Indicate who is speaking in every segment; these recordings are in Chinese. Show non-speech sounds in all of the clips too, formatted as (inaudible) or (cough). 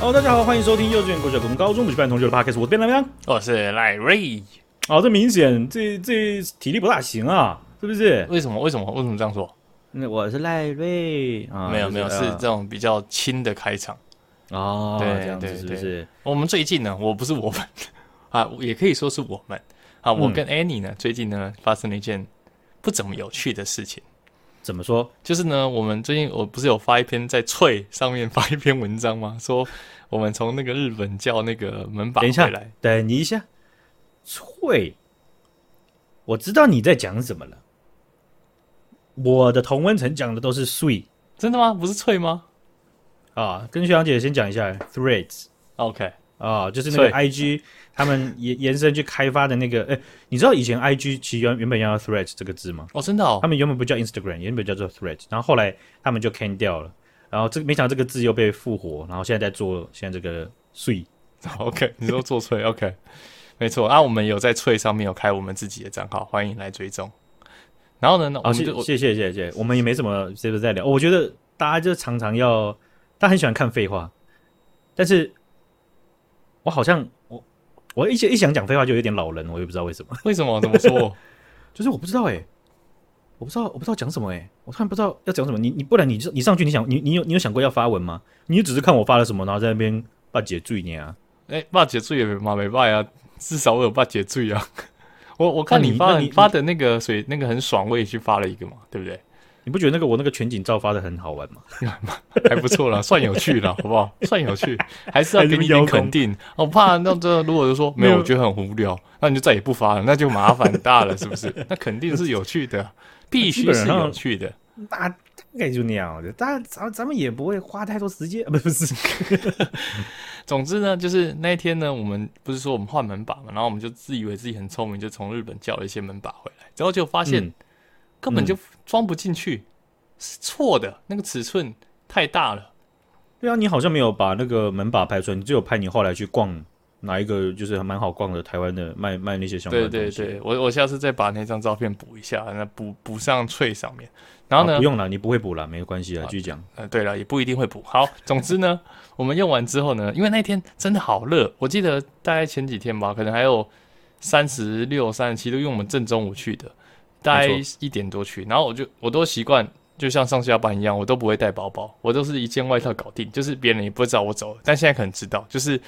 Speaker 1: 哦，大家好，欢迎收听幼稚园、国小、国中、高中补习班同学的 podcast，我是边来边。
Speaker 2: 我哦是赖瑞。
Speaker 1: 哦，这明显这这体力不大行啊，是不是？
Speaker 2: 为什么？为什么？为什么这样说？
Speaker 1: 那我是赖瑞啊，
Speaker 2: 没有没有，是这
Speaker 1: 样
Speaker 2: 种比较轻的开场。
Speaker 1: 哦，
Speaker 2: 对
Speaker 1: 这样子
Speaker 2: 对
Speaker 1: 是不是？
Speaker 2: 我们最近呢，我不是我们啊，也可以说是我们啊。我
Speaker 1: 嗯
Speaker 2: 跟 Annie 呢，最近呢发生了一件不怎么有趣的事情，
Speaker 1: 怎么说？
Speaker 2: 就是呢，我们最近我不是有发一篇在翠上面发一篇文章吗？说我们从那个日本叫那个门把
Speaker 1: 等一下
Speaker 2: 回来，
Speaker 1: 等一下，翠，我知道你在讲什么了。我的同温层讲的都是 sweet
Speaker 2: 真的吗？不是翠吗
Speaker 1: 啊，跟学长姐先讲一下 threads。
Speaker 2: ？OK，
Speaker 1: 啊、就是那个
Speaker 2: 对
Speaker 1: IG 他们延延伸去开发的那个，哎、你知道以前 IG 其实原原本要 Threads 这个字吗？
Speaker 2: 哦，真的哦
Speaker 1: 他，们原本不叫 Instagram，原本叫做 Threads，然后后来他们就 can 掉了，然后这没想到这个字又被复活，然后现在在做现在这个 Three，
Speaker 2: OK，你说做翠 OK，没错啊，我们有在翠上面有开我们自己的账号，欢迎来追踪。然后呢，那我
Speaker 1: 啊，
Speaker 2: 们
Speaker 1: 谢
Speaker 2: 就、我
Speaker 1: 谢谢谢谢，我们也没什么这个在聊，我觉得大家就常常要，大家很喜欢看废话，但是我好像我我一想一想讲废话就有点老人，我也不知道为什么。
Speaker 2: 为什么怎么说？
Speaker 1: 就是我不知道哎、我不知道我不知道讲什么哎、我突然不知道要讲什么。你你不然你就你上去你想你你有你有想过要发文吗？你就只是看我发了什么，然后在那边把姐注意你啊？
Speaker 2: 哎、爸姐醉也没嘛没办啊，至少我有爸姐醉啊。我我看
Speaker 1: 那
Speaker 2: 你
Speaker 1: 你
Speaker 2: 发
Speaker 1: 那
Speaker 2: 的
Speaker 1: 你
Speaker 2: 发的那个水那个很爽，我也去发了一个嘛，对不对？
Speaker 1: 你不觉得那个我那个全景照发的很好玩吗？
Speaker 2: 还不错啦，算有趣了，好不好？算有趣，还是要
Speaker 1: 还是
Speaker 2: 给你一
Speaker 1: 邀
Speaker 2: 点
Speaker 1: 功
Speaker 2: 肯定。我怕那这如果说没
Speaker 1: 没
Speaker 2: 有，
Speaker 1: 有
Speaker 2: 我觉得很无聊，那你就再也不发了，那就麻烦大了，是不是？那肯定是有趣的，必
Speaker 1: 基
Speaker 2: 须
Speaker 1: 本
Speaker 2: 是有
Speaker 1: 上
Speaker 2: 趣的。
Speaker 1: 那大概就那样的，但咱咱们也不会花太多时间，不是不是，
Speaker 2: 总之呢，就是那一天呢，我们不是说我们换门把嘛，然后我们就自以为自己很聪明，就从日本叫了一些门把回来，之后就发现、
Speaker 1: 嗯
Speaker 2: 根本就装不进去，是错的，那个尺寸太大了。
Speaker 1: 对啊，你好像没有把那个门把拍出来，你只有拍你后来去逛哪一个就是还蛮好逛的台湾的卖卖那些相关
Speaker 2: 对
Speaker 1: 的
Speaker 2: 对
Speaker 1: 东西。
Speaker 2: 对，我我下次再把那张照片补一下，那补补上翠上面。然
Speaker 1: 啊，
Speaker 2: 后呢
Speaker 1: 不，用了，你不会补了，没关系啊，继续讲。
Speaker 2: 呃，对了，也不一定会补。好，总之呢，我们用完之后呢，因为那天真的好热，我记得大概前几天吧，可能还有三十六、三十七度，因为我们正中午去的，大概
Speaker 1: 没
Speaker 2: 一点多去，然后我就我都习惯，就像上下班一样，我都不会带包包，我都是一件外套搞定，就是别人也不会知道我走了，但现在可能知道，就是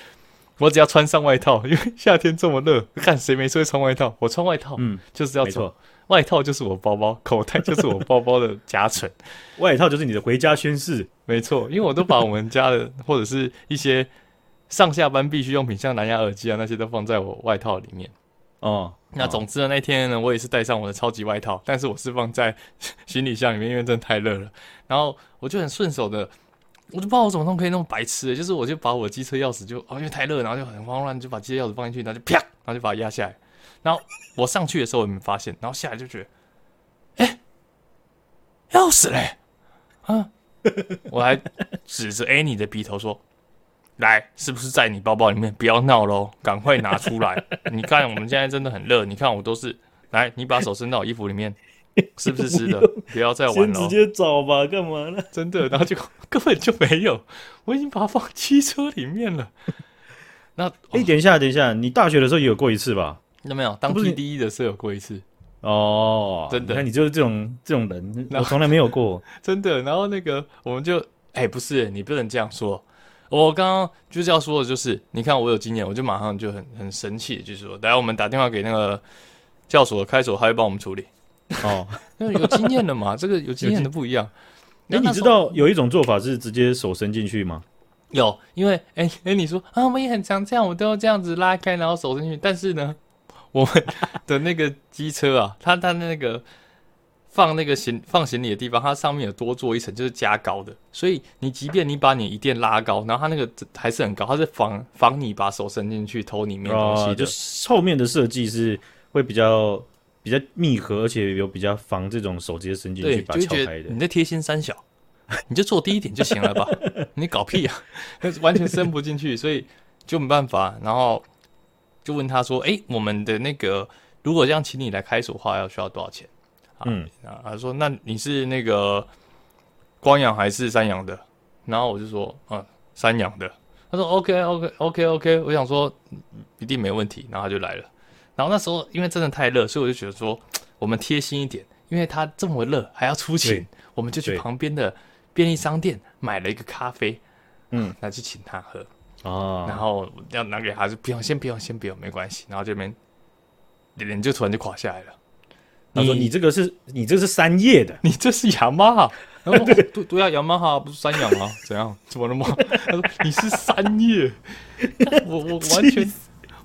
Speaker 2: 我只要穿上外套， (laughs) 因为夏天这么热，看谁没事会穿外套，我穿外套，
Speaker 1: 嗯，
Speaker 2: 就是要
Speaker 1: 没
Speaker 2: 走，
Speaker 1: 错，
Speaker 2: 外套就是我包包，口袋就是我包包的夹层。
Speaker 1: 外套就是你的回家宣誓。
Speaker 2: 没错，因为我都把我们家的 (laughs) 或者是一些上下班必需用品，像蓝牙耳机啊那些都放在我外套里面。
Speaker 1: 哦，
Speaker 2: 那
Speaker 1: 哦
Speaker 2: 总之呢，那天呢，我也是带上我的超级外套，但是我是放在行李箱里面，因为真的太热了。然后我就很顺手的，我就不知道我怎么弄可以那么白痴的，就是我就把我的机车钥匙就哦，因为太热，然后就很慌乱，就把机车钥匙放进去，然后就啪，然后就把它压下来。然后我上去的时候我也没发现，然后下来就觉得，哎、钥匙嘞，啊， (laughs) 我还指着 Annie 的鼻头说。来，是不是在你包包里面？不要闹喽，赶快拿
Speaker 1: (laughs)
Speaker 2: 出来！你看我们现在真的很热，你看我都是来，你把手伸到我衣服里面，是不是湿
Speaker 1: (laughs)
Speaker 2: 的？不要再玩
Speaker 1: 先直！
Speaker 2: 喽
Speaker 1: 接找吧，干嘛呢？
Speaker 2: 真的，然后就根本就没有，我已经把它放汽车里面了。那
Speaker 1: 哎、
Speaker 2: 哦
Speaker 1: 等一下，等一下，你大学的时候也有过一次吧？
Speaker 2: 那没有当
Speaker 1: 不是
Speaker 2: P D E 的时候有过一次，
Speaker 1: 哦，
Speaker 2: 真的
Speaker 1: 你看你就是这种这种人，
Speaker 2: 那
Speaker 1: 我从来没有过。
Speaker 2: 真的。然后那个我们就，哎、不是，你不能这样说。我刚刚就是要说的，就是你看我有经验，我就马上就很很生气，就是说，来我们打电话给那个教所开所，他会帮我们处理。
Speaker 1: 哦，
Speaker 2: 那有经验的嘛，这个有经验的不一
Speaker 1: (laughs)
Speaker 2: 样。
Speaker 1: 哎、
Speaker 2: 那
Speaker 1: 你
Speaker 2: 那
Speaker 1: 知
Speaker 2: 时候嗯
Speaker 1: 道有一种做法是直接手伸进去吗？
Speaker 2: 有，因为哎哎、你说啊，我们也很常这样，我都要这样子拉开，然后手伸进去。但是呢，
Speaker 1: (laughs)
Speaker 2: 我们的那个机车啊，它它那个放那个行放行李的地方，它上面有多做一层，就是加高的。所以你即便你把你一垫拉高，然后它那个还是很高，它是防防你把手伸进去偷里面东西的。
Speaker 1: 哦，就是后面的设计是会比较比较密合，而且有比较防这种手直接伸进去
Speaker 2: 对，
Speaker 1: 把
Speaker 2: 就
Speaker 1: 它
Speaker 2: 会
Speaker 1: 撬
Speaker 2: 觉
Speaker 1: 开
Speaker 2: 得嗯
Speaker 1: 的
Speaker 2: 你。在贴心三小，你就做低一点就行了
Speaker 1: (laughs)
Speaker 2: 吧？你搞屁啊！那是完全伸不进去，所以就没办法。然后就问他说：“哎、我们的那个如果这样请你来开锁的话，要需要多少钱
Speaker 1: 嗯，？”
Speaker 2: 啊，他说：“那你是那个光阳还是三阳的？”然后我就说：“啊，三阳的。”他说 OK OK OK OK，我想说嗯一定没问题，然后他就来了。然后那时候因为真的太热，所以我就觉得说我们贴心一点，因为他这么热还要出勤
Speaker 1: 对，
Speaker 2: 我们就去
Speaker 1: 对
Speaker 2: 旁边的便利商店买了一个咖啡，
Speaker 1: 嗯，
Speaker 2: 那就请他喝。然
Speaker 1: 哦，
Speaker 2: 后要拿给他就不用，先不用，先不用，没关系。然后这边脸就突然就垮下来了。
Speaker 1: 他说
Speaker 2: 你
Speaker 1: 你这个是你这是三叶的，
Speaker 2: 你这是雅马哈？然后我说对对啊，雅马哈不是山羊吗？怎样？怎么了吗？他说你是山叶， (laughs) 我我完全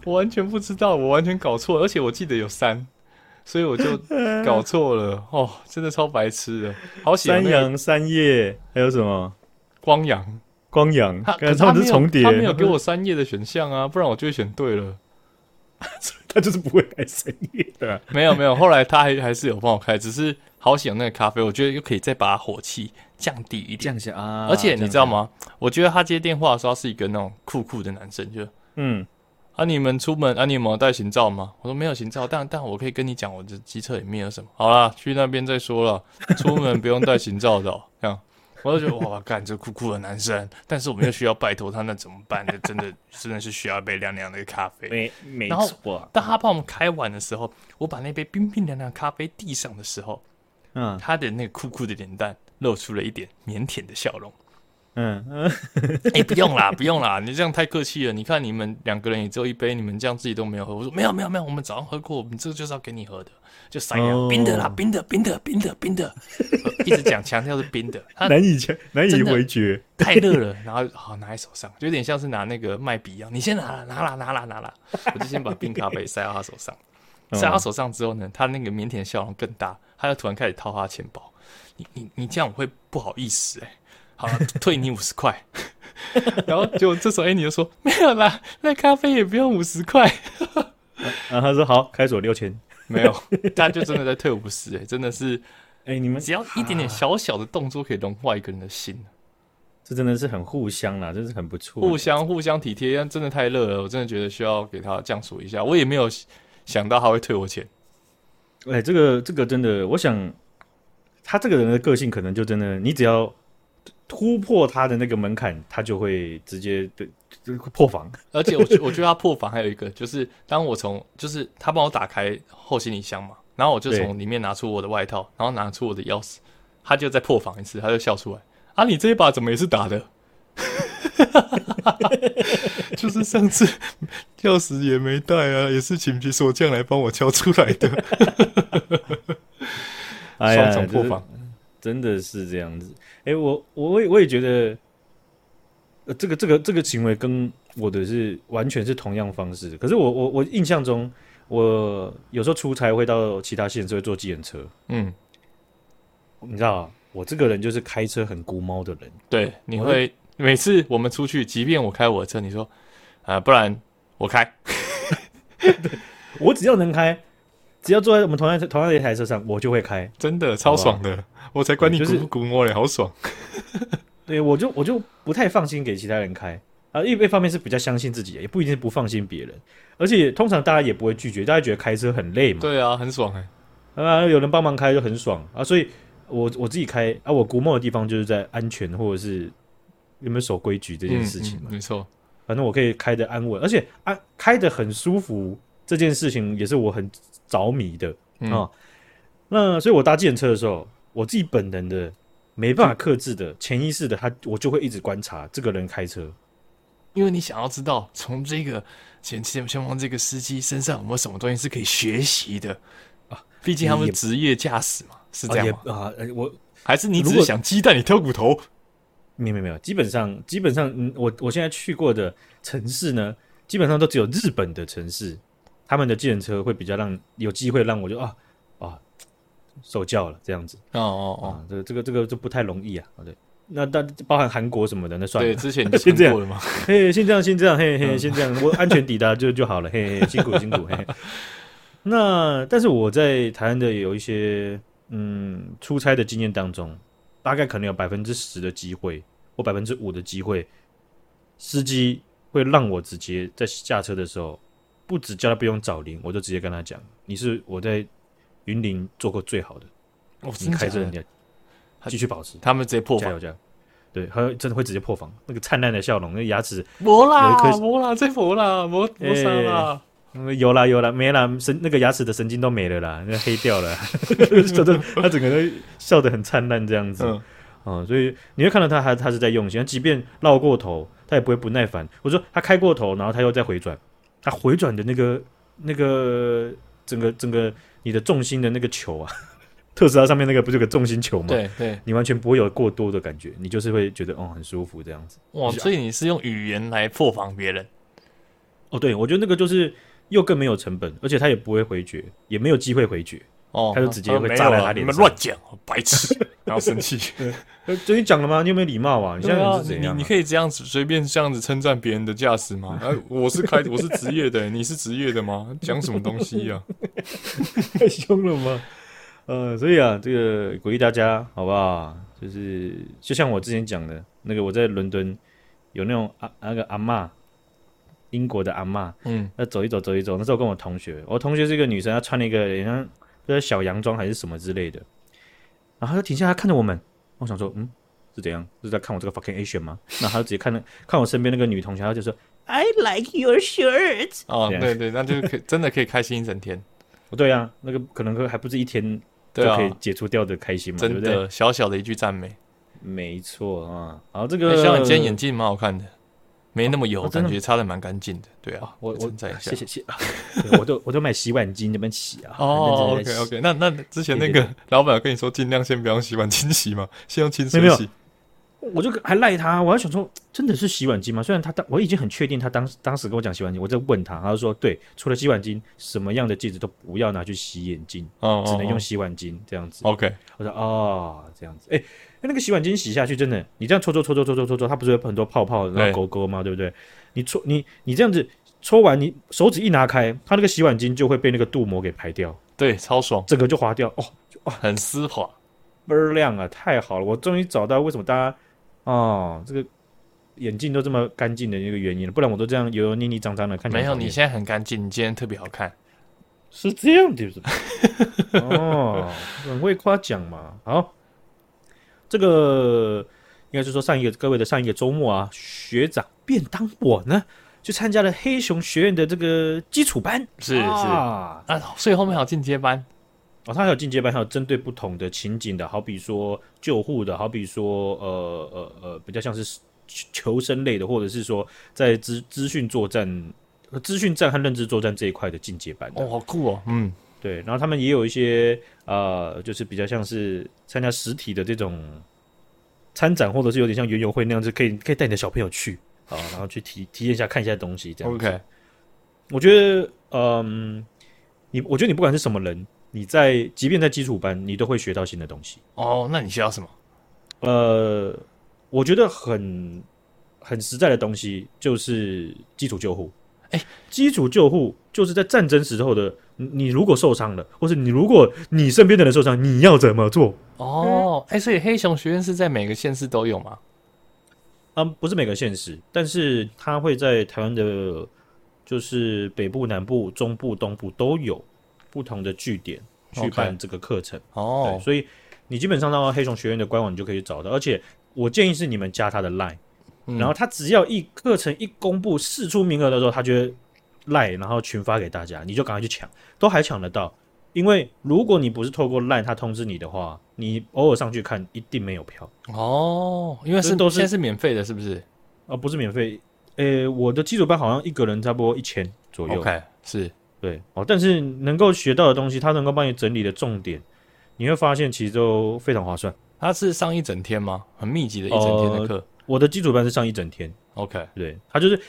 Speaker 2: 我完全不知道，我完全搞错，而且我记得有山，所以我就搞错了。哦，真的超白痴的，好喜欢
Speaker 1: 山羊、三叶，还有什么 (laughs)
Speaker 2: 光阳，
Speaker 1: 光阳，
Speaker 2: 他
Speaker 1: 感觉
Speaker 2: 可
Speaker 1: 他
Speaker 2: 是
Speaker 1: 们是
Speaker 2: 没有
Speaker 1: 重叠，
Speaker 2: 他没有给我三叶的选项啊，不然我就会选对了。
Speaker 1: (laughs) 他就是不会开深夜的、
Speaker 2: 没有没有，后来他还还是有帮我开，只是好想那个咖啡，我觉得又可以再把火气降低一点。
Speaker 1: 降下啊
Speaker 2: 而且你知道？吗？我觉得他接电话的时候他是一个那种酷酷的男生，就
Speaker 1: 嗯，
Speaker 2: 啊你们出门啊你有没有带行照吗？我说没有行照，但但我可以跟你讲我的机车里面有什么。好啦，去那边再说了，出门不用带行照的、哦， (laughs) 这样。我就觉得哇，干这酷酷的男生，但是我们又需要拜托他，那怎么办？这真的真的是需要一杯凉凉的咖啡。
Speaker 1: 没没
Speaker 2: 然后
Speaker 1: 错，
Speaker 2: 当他帮我们开完的时候，我把那杯冰冰凉凉的咖啡递上的时候，
Speaker 1: 嗯
Speaker 2: 他的那个酷酷的脸蛋露出了一点腼腆的笑容。
Speaker 1: 嗯嗯，
Speaker 2: (laughs) 哎、不用啦，不用啦，你这样太客气了。你看你们两个人也只有一杯，你们这样自己都没有喝。我说没有没有没有，我们早上喝过，我们这个就是要给你喝的，就塞呀、
Speaker 1: 哦
Speaker 2: 冰的啦，冰的冰的冰的冰的，呃一直讲强调是冰的。他
Speaker 1: 难以强难以
Speaker 2: 真的
Speaker 1: 回绝，
Speaker 2: (laughs) 太热了，然后好拿在手上，就有点像是拿那个麦笔一样，你先拿啦拿啦拿啦拿 (laughs) 啦，我就先把冰咖啡塞到他手上，
Speaker 1: 嗯
Speaker 2: 塞到他手上之后呢，他那个腼腆的笑容更大，他就突然开始掏他的钱包，你你你这样我会不好意思哎、好了，退你五十块，然后就这时候 a n 就说没有啦，那咖啡也不用五十块，
Speaker 1: 然啊后他说好，开锁六千。
Speaker 2: 没有， (laughs) 他就真的在退五十哎，真的是
Speaker 1: 哎、你们
Speaker 2: 只要一点点小小的动作可以融化一个人的心。
Speaker 1: 这真的是很互相啦，真是很不错。
Speaker 2: 互相互相体贴，但真的太热了，我真的觉得需要给他降暑一下。我也没有想到他会退我钱，
Speaker 1: 哎、这个这个真的，我想他这个人的个性可能就真的，你只要突破他的那个门槛，他就会直接对就破防。
Speaker 2: 而且
Speaker 1: (laughs)
Speaker 2: 我觉我觉得他破防还有一个，就是当我从就是他帮我打开后行李箱嘛，然后我就
Speaker 1: 对
Speaker 2: 从里面拿出我的外套，然后拿出我的钥匙，他就再破防一次，他就笑出来啊，你这一把怎么也是打
Speaker 1: (laughs)
Speaker 2: 的？就是上次钥匙也没带啊，也是请皮锁匠来帮我敲出来的，
Speaker 1: 哎
Speaker 2: 双
Speaker 1: 呀，
Speaker 2: 重破
Speaker 1: 这
Speaker 2: 防。
Speaker 1: 真的是这样子。哎、我我也我也觉得，呃，这个这个这个行为跟我的是完全是同样方式。可是我我我印象中，我有时候出差会到其他县市会坐计程车，
Speaker 2: 嗯，
Speaker 1: 你知道、啊，我这个人就是开车很孤猫的人。
Speaker 2: 对，你
Speaker 1: 我
Speaker 2: 会每次我们出去，即便我开我的车，你说，啊、不然我开，
Speaker 1: 我只要能开，只要坐在我们同样同样的一台车上，我就会开。
Speaker 2: 真的超爽的，我才管你
Speaker 1: 对就是
Speaker 2: 鼓不鼓摸嘞，好爽。
Speaker 1: 对我就我就不太放心给其他人开啊，一一方面是比较相信自己，也不一定是不放心别人，而且通常大家也不会拒绝，大家觉得开车很累嘛，
Speaker 2: 对啊，很爽哎、
Speaker 1: 啊，有人帮忙开就很爽啊，所以我我自己开啊，我估摸的地方就是在安全或者是有没有守规矩这
Speaker 2: 这
Speaker 1: 件事情嘛，
Speaker 2: 嗯没错，
Speaker 1: 反正我可以开的安稳，而且啊开的很舒服这件事情也是我很着迷的。
Speaker 2: 嗯，
Speaker 1: 哦，那所以我搭计程车的时候，我自己本能的没办法克制的潜意识的他，我就会一直观察这个人开车。
Speaker 2: 因为你想要知道从这个前前前方这个司机身上有没有什么东西是可以学习的啊，毕竟他们
Speaker 1: 也
Speaker 2: 职业驾驶嘛，是
Speaker 1: 是
Speaker 2: 这样吗？
Speaker 1: 啊，呃我
Speaker 2: 还是你只
Speaker 1: 如
Speaker 2: 是
Speaker 1: 果
Speaker 2: 想鸡蛋里挑骨头？
Speaker 1: 没有没有没有，基本上基本上，嗯，我我现在去过的城市呢，基本上都只有日本的城市，他们的计程车会比较让有机会让我就啊啊受教了这样子
Speaker 2: 哦哦哦，
Speaker 1: 啊，这个这个这个就不太容易啊，啊对。那但包含韩国什么的，那算了
Speaker 2: 对，。之前你
Speaker 1: 先
Speaker 2: 听
Speaker 1: 这样
Speaker 2: 过了吗？
Speaker 1: 嘿，先这样，先这样，嘿嘿，
Speaker 2: 嗯
Speaker 1: 先这样，我安全抵达就就好了，嘿 (laughs) 嘿，辛苦辛苦，嘿。那但是我在台湾的有一些嗯出差的经验当中，大概可能有百分之十的机会，或百分之五的机会，司机会让我直接在下车的时候，不只叫他不用找零，我就直接跟他讲，你是我在云林做过最好的，
Speaker 2: 我
Speaker 1: 你开车你要
Speaker 2: 他
Speaker 1: 继续保持，
Speaker 2: 他们直接破
Speaker 1: 加
Speaker 2: 防，
Speaker 1: 油加油。对，还有真的会直接破防，那个灿烂的笑容，那个牙齿、
Speaker 2: 没啦
Speaker 1: 有一，颗
Speaker 2: 没啦，这没啦，没没啥啦。
Speaker 1: 嗯有啦有啦没啦，神那个牙齿的神经都没了啦，那个黑掉了， (laughs) 真的他整个都笑得很灿烂这样子。
Speaker 2: 嗯，
Speaker 1: 嗯，所以你会看到他还他是在用心，即便绕过头，他也不会不耐烦。我说他开过头，然后他又再回转，他回转的那个那个整个整个你的重心的那个球啊，特斯拉上面那个不是有个重心球吗？，
Speaker 2: 对对，
Speaker 1: 你完全不会有过多的感觉，你就是会觉得哦很舒服这样子。
Speaker 2: 哇，
Speaker 1: 是啊
Speaker 2: 所以你是用语言来破防别人，
Speaker 1: 哦，对，我觉得那个就是又更没有成本，而且他也不会回绝，也没有机会回绝。
Speaker 2: 哦，
Speaker 1: 他就直接
Speaker 2: 说
Speaker 1: 会
Speaker 2: 没
Speaker 1: 炸
Speaker 2: 有
Speaker 1: 在
Speaker 2: 啊
Speaker 1: 他
Speaker 2: 你
Speaker 1: 脸
Speaker 2: 们
Speaker 1: 上
Speaker 2: 乱讲，白 (laughs) 痴，然后生气。
Speaker 1: 呃，这你讲了吗？你有没有礼貌啊？你现在
Speaker 2: 对啊
Speaker 1: 人是怎样、
Speaker 2: 你
Speaker 1: 啊
Speaker 2: 你可以这样子随便这样子称赞别人的驾驶 (laughs) 吗？哎，我是开我是职业的， (laughs) 你是职业的吗？讲什么东西啊呀、
Speaker 1: 太凶了吗？呃，所以啊，这个鼓励大家好不好？就是就像我之前讲的，那个我在伦敦有那种阿、那个阿嬷，英国的阿嬷，
Speaker 2: (laughs) 嗯，
Speaker 1: 那走一走走一走，那时候跟我同学，我同学是一个女生，她穿了一个很像就是小洋装还是什么之类的，然后她就停下来看着我们，我想说，嗯，是怎样？是在看我这个 fucking Asian 吗？那她就直接看那看我身边那个女同学，她就说 I like your shirt。
Speaker 2: 啊，
Speaker 1: 对啊
Speaker 2: 对对，那就可以真的可以开心一整天。
Speaker 1: 对啊，那个可能还不是一天就
Speaker 2: 对啊
Speaker 1: 可，以解除掉的开心嘛，对
Speaker 2: 真
Speaker 1: 不对？
Speaker 2: 的小小的一句赞美。
Speaker 1: 没错啊，好，这
Speaker 2: 哎
Speaker 1: 个
Speaker 2: 像你今天眼镜蛮好看的，没那么油，
Speaker 1: 哦真的
Speaker 2: 感觉擦的蛮干净的。对啊，
Speaker 1: 我我
Speaker 2: 称赞一下
Speaker 1: 谢。谢谢，啊对我都我都买洗碗巾那边洗啊。
Speaker 2: 哦
Speaker 1: 很认真
Speaker 2: ，OK
Speaker 1: 在洗
Speaker 2: OK，那那之前那
Speaker 1: 对
Speaker 2: 个 (laughs) 老板有跟你说尽量先不要用洗碗清洗嘛， (laughs) 先用清
Speaker 1: 没
Speaker 2: 水
Speaker 1: 有
Speaker 2: 洗。
Speaker 1: 我就还赖他，我还想说真的是洗碗巾吗？虽然他当我已经很确定他当当时跟我讲洗碗巾，我在问他，他就说对，除了洗碗巾，什么样的戒指都不要拿去洗眼睛，
Speaker 2: 哦，
Speaker 1: 只能用
Speaker 2: 哦
Speaker 1: 洗碗巾这样子。
Speaker 2: 哦 OK，
Speaker 1: 我说哦，这样子，哎、那个洗碗巾洗下去，真的，你这样搓搓搓搓搓搓搓搓，它不是有很多泡泡，然
Speaker 2: 对
Speaker 1: 后勾勾吗？对不对？你搓你你这样子搓完，你手指一拿开，它那个洗碗巾就会被那个镀膜给排掉，
Speaker 2: 对，超 (laughs) 爽，
Speaker 1: 整个就滑掉，哦，
Speaker 2: 很丝滑。
Speaker 1: 倍儿亮啊，太好了！我终于找到为什么大家哦这个眼镜都这么干净的一个原因了，不然我都这样油油腻腻脏脏的，看起来
Speaker 2: 没有，
Speaker 1: 很讨
Speaker 2: 你
Speaker 1: 厌
Speaker 2: 现在很干净，你今天特别好看。
Speaker 1: 是这样的，是吧
Speaker 2: (laughs)
Speaker 1: 哦，很会夸奖嘛。好，这个应该是说上一个各位的上一个周末啊，学长便当我呢去参加了黑熊学院的这个基础班，
Speaker 2: 是是
Speaker 1: 啊，
Speaker 2: 啊，所以后面还有进阶班
Speaker 1: 哦，它还有进阶班，还有针对不同的情景的，好比说救护的，好比说呃呃呃，比较像是求求生类的，或者是说在资资讯作战、呃资讯战和认知作战这一块的进阶班的
Speaker 2: 哦，好酷哦，嗯，
Speaker 1: 对，然后他们也有一些呃，就是比较像是参加实体的这种参展，或者是有点像园游会那样子，可以可以带你的小朋友去啊，然后去体体验一下，看一下东西这样子。
Speaker 2: OK，
Speaker 1: 我觉得，嗯，你我觉得你不管是什么人，你在即便在基础班，你都会学到新的东西。
Speaker 2: 哦，那你需要什么？
Speaker 1: 呃，我觉得很很实在的东西就是基础救护。
Speaker 2: 哎
Speaker 1: 基础救护就是在战争时候的，你你如果受伤了，或是你如果你身边的人受伤，你要怎么做？
Speaker 2: 哦，哎、所以黑熊学院是在每个县市都有吗？
Speaker 1: 嗯，不是每个县市，但是它会在台湾的，就是北部、南部、中部、东部都有不同的据点去
Speaker 2: OK
Speaker 1: 办这个课程。对，
Speaker 2: 哦，
Speaker 1: 所以你基本上到黑熊学院的官网，你就可以找到。而且我建议是你们加他的 Line，、
Speaker 2: 嗯
Speaker 1: 然后他只要一课程一公布试出名额的时候，他就会 Line 然后群发给大家，你就赶快去抢，都还抢得到。因为如果你不是透过 Line 他通知你的话，你偶尔上去看一定没有票，
Speaker 2: 哦，因为是
Speaker 1: 这都是
Speaker 2: 现在是免费的，是不是
Speaker 1: 而、啊不是免费。呃，我的基础班好像一个人差不多一千左右。
Speaker 2: ？OK，是
Speaker 1: 对哦，但是能够学到的东西，他能够帮你整理的重点，你会发现其实都非常划算。
Speaker 2: 它是上一整天吗？很密集的一整天的课、
Speaker 1: 我的基础班是上一整天，
Speaker 2: OK，
Speaker 1: 对，他就是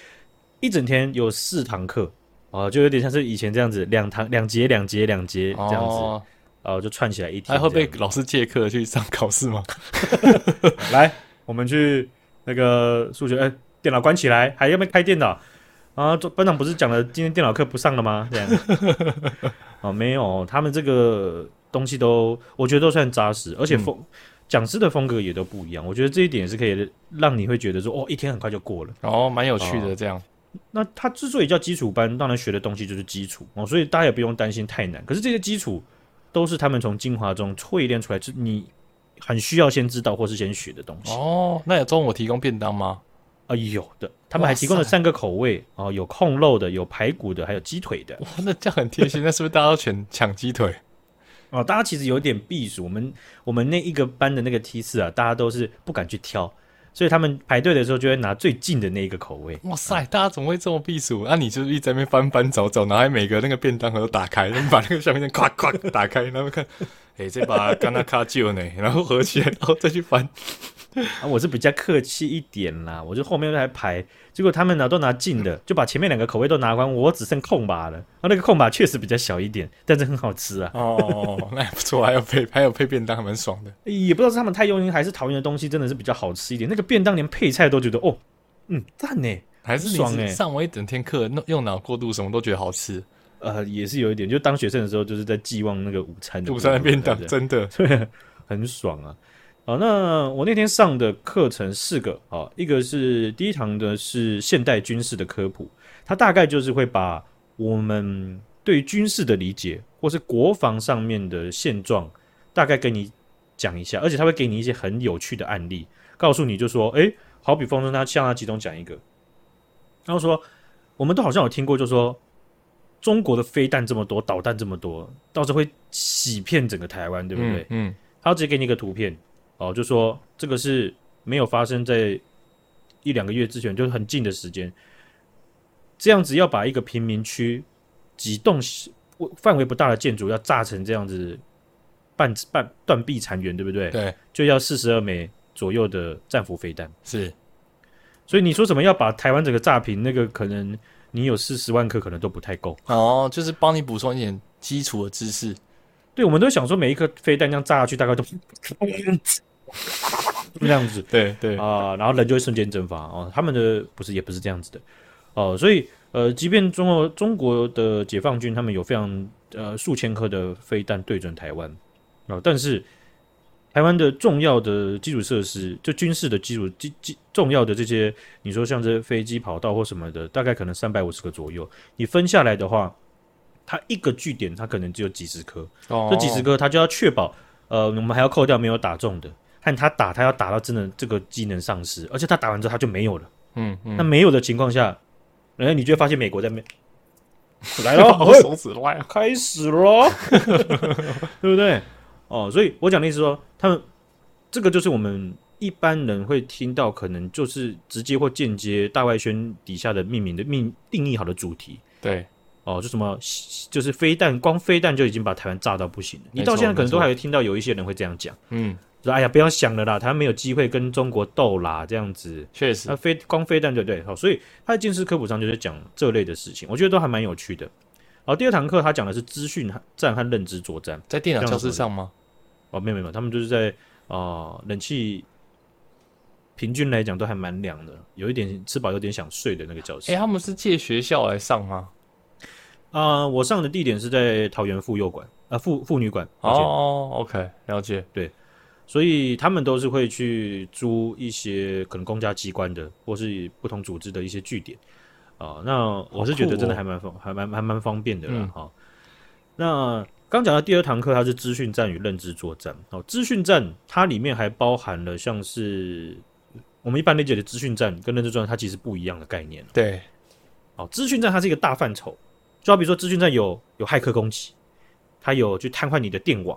Speaker 1: 一整天有四堂课，啊，就有点像是以前这样子，两堂两节两节两节这样子，
Speaker 2: 哦，
Speaker 1: 啊，就串起来一天
Speaker 2: 还会
Speaker 1: 这
Speaker 2: 被
Speaker 1: 样。
Speaker 2: 老师借课去上考试吗？
Speaker 1: 来，我们去那个数学，哎、电脑关起来，还要不要开电脑？啊，这班长不是讲了今天电脑课不上了吗？这样， (laughs) 哦，没有，他们这个东西都我觉得都算扎实，
Speaker 2: 嗯
Speaker 1: 而且风、讲师的风格也都不一样，我觉得这一点是可以让你会觉得说，哦，一天很快就过了。
Speaker 2: (laughs) 哦，蛮有趣的，这样、
Speaker 1: 那它之所以叫基础班，当然学的东西就是基础哦，所以大家也不用担心太难。可是这些基础都是他们从精华中淬炼出来，是你很需要先知道或是先学的东西。
Speaker 2: 哦，那有中午提供便当吗？
Speaker 1: 啊，有的，他们还提供了
Speaker 2: 哇塞
Speaker 1: 三个口味哦，有控肉的，有排骨的，还有鸡腿的
Speaker 2: 哇，那这样很贴心。那是不是大家都选抢鸡腿？
Speaker 1: 哦。大家其实有点避暑，我们我们那一个班的那个梯次啊，大家都是不敢去挑，所以他们排队的时候就会拿最近的那一个口味。
Speaker 2: (laughs) 哇塞，嗯大家怎么会这么避暑？啊，你就是一直在那边翻翻找找，然后还每个那个便当盒都打开，然后把那个下面那咔咔打开，然后看， (laughs) 哎、这把干那卡旧呢， (laughs) 然后合起来，然后再去翻。
Speaker 1: 啊，我是比较客气一点啦，我就后面来排，结果他们呢都拿近
Speaker 2: 嗯
Speaker 1: 的，就把前面两个口味都拿光，我只剩空把了。啊，那个空把确实比较小一点，但是很好吃啊。
Speaker 2: (laughs) 哦，那也不错，还有配还有配便当，还蛮爽的。
Speaker 1: 也不知道是他们太用心，还是桃园的东西真的是比较好吃一点。那个便当连配菜都觉得哦，嗯，赞呢。
Speaker 2: 还是
Speaker 1: 爽
Speaker 2: 你
Speaker 1: 欸
Speaker 2: 是上完一整天课，弄用脑过度，什么都觉得好吃。
Speaker 1: 呃，也是有一点，就当学生的时候，就是在寄望那个午餐的
Speaker 2: 午餐的便当
Speaker 1: 对
Speaker 2: 真的
Speaker 1: 很爽啊。好，那我那天上的课程四个啊，一个是第一堂的是现代军事的科普，它大概就是会把我们对军事的理解，或是国防上面的现状，大概跟你讲一下，而且它会给你一些很有趣的案例，告诉你就说，诶，好比风筝，它向它其中讲一个，然后说，我们都好像有听过，就说中国的飞弹这么多，导弹这么多，到时候会洗遍整个台湾，对不对？
Speaker 2: 嗯？嗯，
Speaker 1: 他直接给你一个图片，哦，就说这个是没有发生在一两个月之前，就是很近的时间。这样子要把一个贫民区几栋小范围不大的建筑要炸成这样子半半断壁残垣，对不对？
Speaker 2: 对，
Speaker 1: 就要四十二枚左右的战斧飞弹。
Speaker 2: 是
Speaker 1: 所以你说什么要把台湾整个炸平，那个可能你有四十万颗可能都不太够。
Speaker 2: 哦，就是帮你补充一点基础的知识。
Speaker 1: 对，我们都想说每一颗飞弹这样炸下去，大概都 (laughs) 这样子。
Speaker 2: 对对，
Speaker 1: 啊、然后人就会瞬间蒸发哦。他们的不是也不是这样子的哦、所以呃，即便中国中国的解放军他们有非常呃数千颗的飞弹对准台湾哦，但是台湾的重要的基础设施，就军事的基础基基重要的这些，你说像这飞机跑道或什么的，大概可能三百五十个左右，你分下来的话，它一个据点它可能只有几十颗，
Speaker 2: 哦
Speaker 1: 这几十颗，他就要确保，呃，我们还要扣掉没有打中的，和他打，他要打到真的这个技能丧失，而且他打完之后他就没有了。
Speaker 2: 嗯嗯，
Speaker 1: 那没有的情况下，然后你就会发现美国在面来哎
Speaker 2: 然
Speaker 1: (laughs) 喽，
Speaker 2: (laughs) 后手指歪了。哎
Speaker 1: 开始喽， (laughs) 对不对？哦，所以我讲的意思说，他们这个就是我们一般人会听到，可能就是直接或间接大外宣底下的命名的命定义好的主题。
Speaker 2: 对，
Speaker 1: 哦，就什么，就是飞弹，光飞弹就已经把台湾炸到不行了。你
Speaker 2: 没
Speaker 1: 到
Speaker 2: 错
Speaker 1: 现在可能
Speaker 2: 没
Speaker 1: 都
Speaker 2: 错
Speaker 1: 还会听到有一些人会这样讲，
Speaker 2: 嗯，
Speaker 1: 说：“哎呀，不要想了啦，台湾没有机会跟中国斗啦。”这样子，
Speaker 2: 确实
Speaker 1: 那飞光飞弹对不对？好、所以他在军事科普上就是讲这类的事情，我觉得都还蛮有趣的。好，第二堂课他讲的是资讯战和认知作战。
Speaker 2: 在电脑教室上吗？
Speaker 1: 哦，没有没有，他们就是在啊、呃冷气平均来讲都还蛮凉的，有一点吃饱有点想睡的那个教室。
Speaker 2: 哎、他们是借学校来上吗？
Speaker 1: 啊、我上的地点是在桃园妇幼馆，啊，妇妇女馆。抱歉
Speaker 2: 哦，OK，了解。
Speaker 1: 所以他们都是会去租一些可能公家机关的，或是不同组织的一些据点啊、那我是觉得真的还蛮方、还蛮还蛮方便的啦
Speaker 2: 嗯
Speaker 1: 哈、那刚讲到第二堂课，它是资讯战与认知作战。哦，资讯战它里面还包含了像是我们一般理解的资讯战跟认知作战，它其实不一样的概念。
Speaker 2: 对，
Speaker 1: 哦，资讯战它是一个大范畴，就好比说资讯战有有骇客攻击，它有去瘫痪你的电网，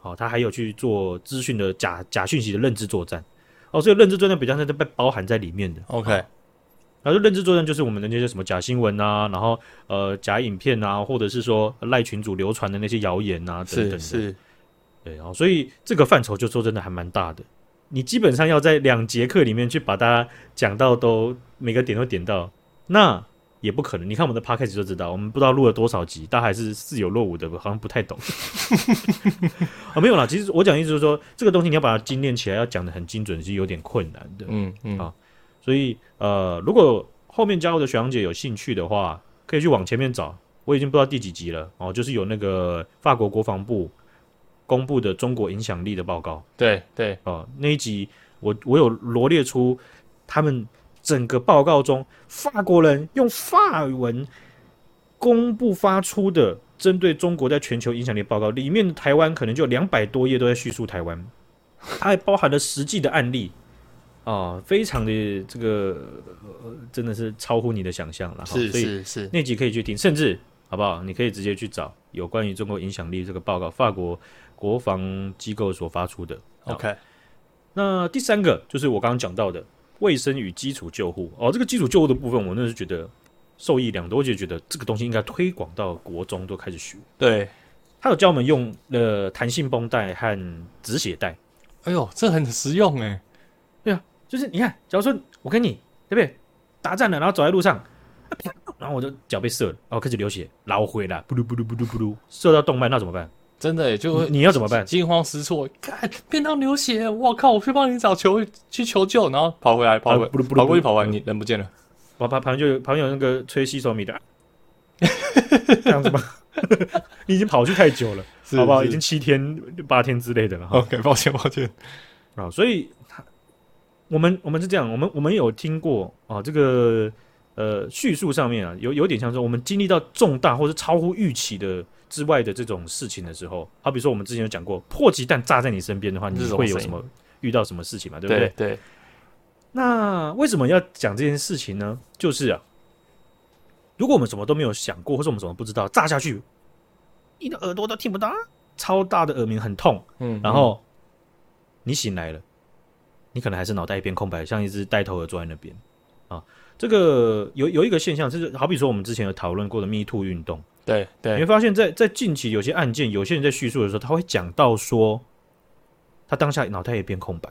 Speaker 1: 好、它还有去做资讯的假假讯息的认知作战，哦，所以认知作战比较是被包含在里面的。
Speaker 2: OK，
Speaker 1: 然后认知作战就是我们的那些什么假新闻啊，然后呃假影片啊，或者是说赖群主流传的那些谣言啊等等
Speaker 2: 是
Speaker 1: 的，
Speaker 2: 是，
Speaker 1: 对，然、后所以这个范畴就说真的还蛮大的。你基本上要在两节课里面去把大家讲到都每个点都点到，那也不可能。你看我们的 podcast 就知道，我们不知道录了多少集，大家还是似有若无的，好像不太懂。 (laughs) 啊、没有啦，其实我讲的意思就是说，这个东西你要把它精炼起来，要讲的很精准是有点困难的。
Speaker 2: 嗯嗯，
Speaker 1: 好所以呃，如果后面加入的学长姐有兴趣的话，可以去往前面找。我已经不知道第几集了哦，就是有那个法国国防部公布的中国影响力的报告
Speaker 2: 对对，
Speaker 1: 哦，那一集我我有罗列出他们整个报告中法国人用法文公布发出的针对中国在全球影响力的报告，里面台湾可能就两百多页都在叙述台湾。它还包含了实际的案例啊，非常的这个、呃真的是超乎你的想象了。哈
Speaker 2: 是
Speaker 1: 所以
Speaker 2: 是是，
Speaker 1: 那集可以去听，甚至好不好？你可以直接去找有关于中国影响力这个报告，法国国防机构所发出的。
Speaker 2: OK，
Speaker 1: 那第三个就是我刚刚讲到的卫生与基础救护哦，这个基础救护的部分，我那是觉得受益良多，我就觉得这个东西应该推广到国中都开始学。
Speaker 2: 对，
Speaker 1: 他有教我们用呃弹性绷带和止血带，
Speaker 2: 哎呦，这很实用哎，
Speaker 1: 就是你看，假如说我跟你对不对打战了，然后走在路上，啊啪然后我就脚被射了，然后开始流血，捞回来，不噜不噜不噜不噜，射到动脉，那怎么办？
Speaker 2: 真的哎，就会
Speaker 1: 你你要怎么办？
Speaker 2: 惊慌失措，看便当流血，我靠，我去帮你找求去求救，然后跑回来，跑回
Speaker 1: 啊不噜不噜
Speaker 2: 跑过去，
Speaker 1: 不噜
Speaker 2: 跑完你人不见了，
Speaker 1: 我旁旁边就有旁边有那个吹洗手米
Speaker 2: (laughs)
Speaker 1: 的，啊这样子吗？ (laughs) 你已经跑去太久了，
Speaker 2: 是
Speaker 1: 好不好？
Speaker 2: 是哦
Speaker 1: 已经七天、八天之类的了哈。
Speaker 2: OK，抱歉抱歉，
Speaker 1: 啊，所以他我们我们是这样，我们我们有听过啊，这个呃叙述上面啊，有有点像说，我们经历到重大或是超乎预期的之外的这种事情的时候，好比说我们之前有讲过，迫击弹炸在你身边的话，你
Speaker 2: 这种
Speaker 1: 会有
Speaker 2: 声
Speaker 1: 什
Speaker 2: 音
Speaker 1: 么遇到什么事情嘛？对不
Speaker 2: 对对，
Speaker 1: 那为什么要讲这件事情呢？就是啊，如果我们什么都没有想过，或者我们什么都不知道，炸下去，你的耳朵都听不到，啊超大的耳鸣很痛，
Speaker 2: 嗯，
Speaker 1: 然后你醒来了，你可能还是脑袋一片空白，像一只呆头鹅坐在那边啊。这个有有一个现象，就是好比说我们之前有讨论过的 Me Too 运动，
Speaker 2: 对
Speaker 1: 你
Speaker 2: 对
Speaker 1: 会发现在在近期有些案件，有些人在叙述的时候，他会讲到说，他当下脑袋一片空白，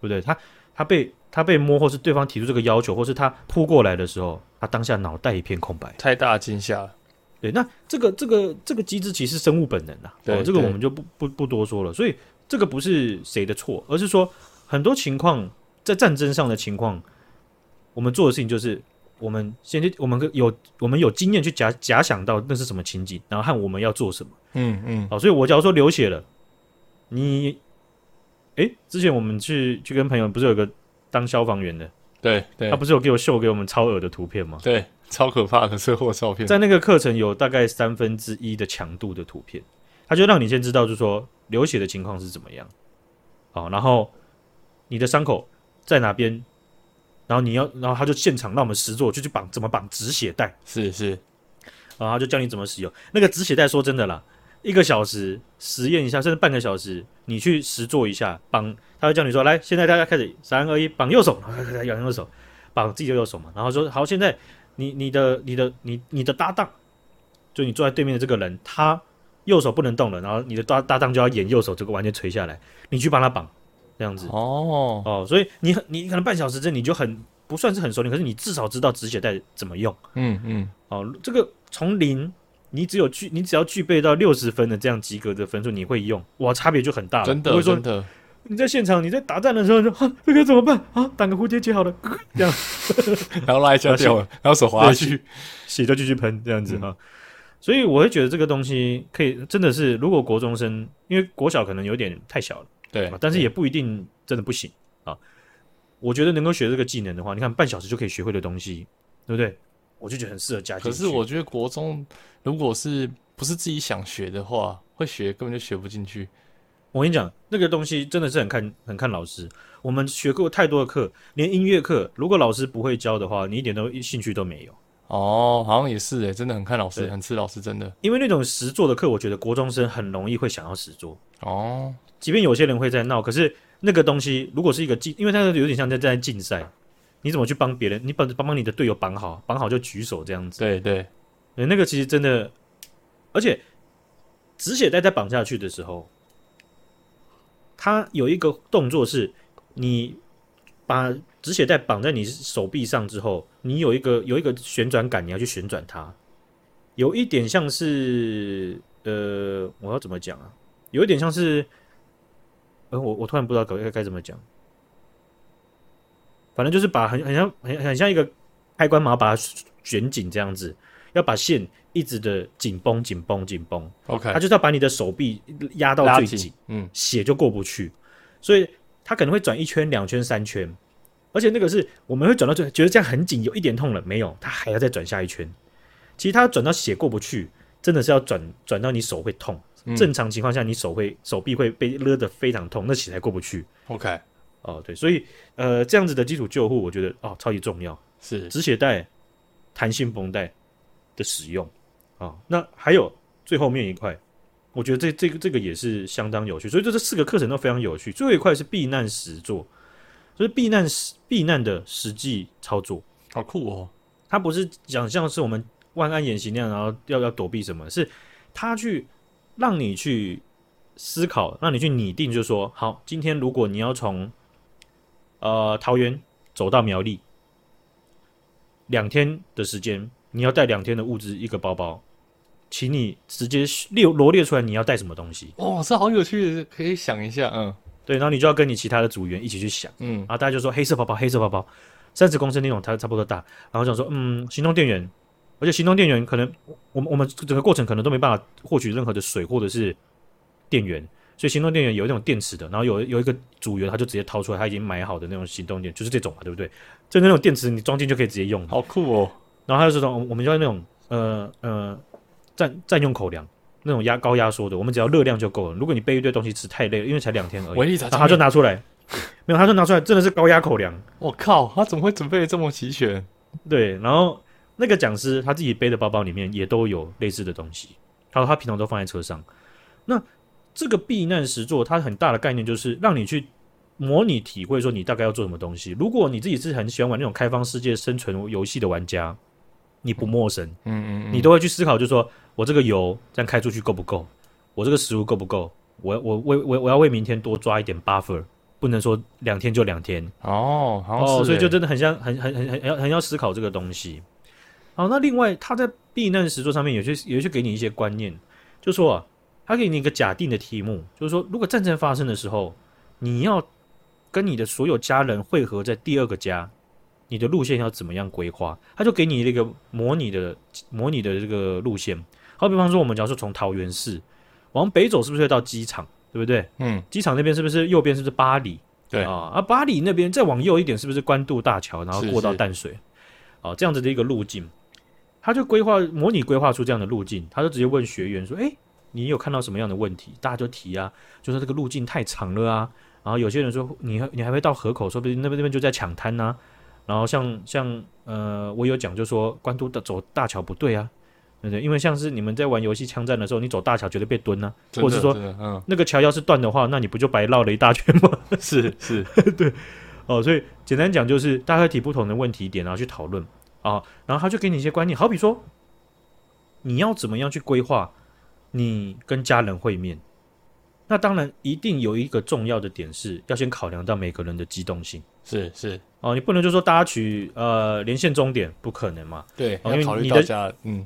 Speaker 1: 对不对？他他被他被摸，或是对方提出这个要求，或是他扑过来的时候，他当下脑袋一片空白。
Speaker 2: 太大惊吓了，
Speaker 1: 对，那这个这个这个机制其实是生物本能啊，
Speaker 2: 对
Speaker 1: 哦、这个
Speaker 2: 对
Speaker 1: 我们就不不不多说了。所以这个不是谁的错，而是说很多情况在战争上的情况，我们做的事情就是我们先去我们有我们有经验去假假想到那是什么情景，然后和我们要做什么。
Speaker 2: 嗯嗯，
Speaker 1: 哦，所以我假如说流血了，你，诶，之前我们去去跟朋友不是有个当消防员的，
Speaker 2: 对对
Speaker 1: 他不是有给我秀给我们超恶的图片吗？
Speaker 2: 对，超可怕的车祸照片，
Speaker 1: 在那个课程有大概三分之一的强度的图片，它就让你先知道，就是说流血的情况是怎么样，好，然后你的伤口在哪边，然后你要，然后他就现场让我们实做，就去绑怎么绑止血带，
Speaker 2: 是是，
Speaker 1: 然后他就教你怎么使用那个止血带。说真的啦，一个小时实验一下，甚至半个小时，你去实做一下绑，他会叫你说，来，现在大家开始三二一，绑右手，然后大家摇右手，绑自己的右手嘛，然后说好，现在你你的你的你你的搭档，就你坐在对面的这个人，他右手不能动了，然后你的搭搭档就要演右手这个完全垂下来，你去帮他绑，这样子。
Speaker 2: 哦，
Speaker 1: 哦，所以你很你可能半小时之内你就很不算是很熟练，可是你至少知道止血带怎么用。
Speaker 2: 嗯嗯，
Speaker 1: 哦，这个从零，你只有具，你只要具备到六十分的这样及格的分数，你会用，哇，差别就很大了。
Speaker 2: 真
Speaker 1: 不
Speaker 2: 的
Speaker 1: 会说
Speaker 2: 真的，
Speaker 1: 你在现场你在打战的时候，你说啊，这个怎么办啊？绑个蝴蝶结好了，
Speaker 2: 然后拉一下掉了，然后手滑下去，嗯
Speaker 1: 血就继续喷这样子哈、所以我会觉得这个东西可以，真的是，如果国中生，因为国小可能有点太小了，
Speaker 2: 对
Speaker 1: 啊，但是也不一定真的不行啊。我觉得能够学这个技能的话，你看半小时就可以学会的东西，对不对？我就觉得很适合加进
Speaker 2: 可
Speaker 1: 去。
Speaker 2: 是我觉得国中如果是不是自己想学的话，会学根本就学不进去。
Speaker 1: 我跟你讲，那个东西真的是很看很看老师。我们学过太多的课，连音乐课，如果老师不会教的话，你一点都兴趣都没有。
Speaker 2: 哦，好像也是诶，真的很看老师，
Speaker 1: 对
Speaker 2: 很吃老师，真的。
Speaker 1: 因为那种实做的课，我觉得国中生很容易会想要实做。
Speaker 2: 哦，
Speaker 1: 即便有些人会在闹，可是那个东西如果是一个竞，因为它有点像在在竞赛，你怎么去帮别人？你帮帮帮你的队友绑好，绑好就举手这样子。
Speaker 2: 对对，
Speaker 1: 对，那个其实真的，而且止血带在绑下去的时候，它有一个动作是，你把止血带绑在你手臂上之后，你有一个有一个旋转感，你要去旋转它，有一点像是呃，我要怎么讲啊？有一点像是，呃，我我突然不知道该该怎么讲，反正就是把很很像很很像一个开关嘛，把它卷紧这样子，要把线一直的紧绷紧绷紧绷，
Speaker 2: ，OK，
Speaker 1: 它就是要把你的手臂压到
Speaker 2: 拉
Speaker 1: 最
Speaker 2: 紧，嗯，
Speaker 1: 血就过不去，所以它可能会转一圈、两圈、三圈，而且那个是我们会转到最，觉得这样很紧，有一点痛了，没有，它还要再转下一圈。其实它转到血过不去，真的是要转转到你手会痛，
Speaker 2: 嗯
Speaker 1: 正常情况下你手会手臂会被勒得非常痛，那血才过不去。
Speaker 2: OK，
Speaker 1: 哦，对，所以呃，这样子的基础救护，我觉得哦超级重要。
Speaker 2: 是
Speaker 1: 止血带、弹性绷带的使用啊、那还有最后面一块，我觉得这这个这个也是相当有趣，所以这这四个课程都非常有趣。最后一块是避难实做，就是避难实避难的实际操作，
Speaker 2: 好酷哦，
Speaker 1: 它不是讲像是我们万安演习那样，然后要要躲避什么，是他去让你去思考，让你去拟定，就是说好，今天如果你要从呃桃园走到苗栗，两天的时间，你要带两天的物资一个包包，请你直接列罗列出来你要带什么东西，
Speaker 2: 哇，这好有趣，可以想一下，嗯
Speaker 1: 对，然后你就要跟你其他的组员一起去想。
Speaker 2: 嗯
Speaker 1: 然后大家就说黑色包包，黑色包包，三十公升那种，它差不多大。然后想说，嗯，行动电源，而且行动电源可能我们我们整个过程可能都没办法获取任何的水或者是电源，所以行动电源有一种电池的，然后有有一个组员他就直接掏出来他已经买好的那种行动电，就是这种嘛，对不对？就那种电池你装进就可以直接用的。
Speaker 2: 好酷哦，
Speaker 1: 然后还有这种我们叫那种呃呃占占用口粮。那种压高压缩的，我们只要热量就够了。如果你背一堆东西吃太累了，因为才两天而已，
Speaker 2: 维力炸
Speaker 1: 然后他
Speaker 2: 酱
Speaker 1: 就
Speaker 2: 啊面，
Speaker 1: 拿出来，没有，他就拿出来，真的是高压口粮。
Speaker 2: 我靠，他怎么会准备得这么齐全？
Speaker 1: 对，然后那个讲师他自己背的包包里面也都有类似的东西，他说他平常都放在车上。那这个避难实作，它很大的概念就是让你去模拟体会，说你大概要做什么东西。如果你自己是很喜欢玩那种开放世界生存游戏的玩家，你不陌生，
Speaker 2: 嗯嗯嗯，
Speaker 1: 你都会去思考，就是说我这个油这样开出去够不够，我这个食物够不够，我我为我我要为明天多抓一点 buffer，不能说两天就两天，
Speaker 2: 哦，好像是
Speaker 1: 哦，
Speaker 2: 欸，
Speaker 1: 所以就真的很像，很很很很要很要思考这个东西。好，那另外他在避难实作上面有些有些给你一些观念，就说啊，他给你一个假定的题目，就是说如果战争发生的时候，你要跟你的所有家人汇合在第二个家，你的路线要怎么样规划？他就给你一个模拟的模拟的这个路线。好，比方说我们假如说从桃园市往北走，是不是会到机场？对不对？
Speaker 2: 嗯
Speaker 1: 机场那边是不是右边是不是巴黎？
Speaker 2: 对
Speaker 1: 啊，啊，巴黎那边再往右一点是不是关渡大桥，然后
Speaker 2: 是
Speaker 1: 过到
Speaker 2: 是
Speaker 1: 淡水？啊，这样子的一个路径，他就规划模拟规划出这样的路径，他就直接问学员说：“哎、你有看到什么样的问题？”大家就提啊，就说这个路径太长了啊，然后有些人说你你还会到河口，说不定那边那边就在抢滩呐。然后像像呃，我有讲就说关渡的走大桥不对啊，对不对？因为像是你们在玩游戏枪战的时候，你走大桥绝对被蹲啊，
Speaker 2: 真
Speaker 1: 或
Speaker 2: 的
Speaker 1: 者是说
Speaker 2: 真的嗯，
Speaker 1: 那个桥要是断的话，那你不就白绕了一大圈吗？ (laughs)
Speaker 2: 是是，
Speaker 1: 哦，所以简单讲就是大家提不同的问题点，然后去讨论啊，然后他就给你一些观念，好比说你要怎么样去规划你跟家人会面。那当然，一定有一个重要的点是要先考量到每个人的机动性
Speaker 2: 是是，
Speaker 1: 哦，你不能就说大家取呃连线终点，不可能嘛。
Speaker 2: 对，
Speaker 1: 哦因为
Speaker 2: 要考虑
Speaker 1: 你
Speaker 2: 到
Speaker 1: 的
Speaker 2: 家，嗯，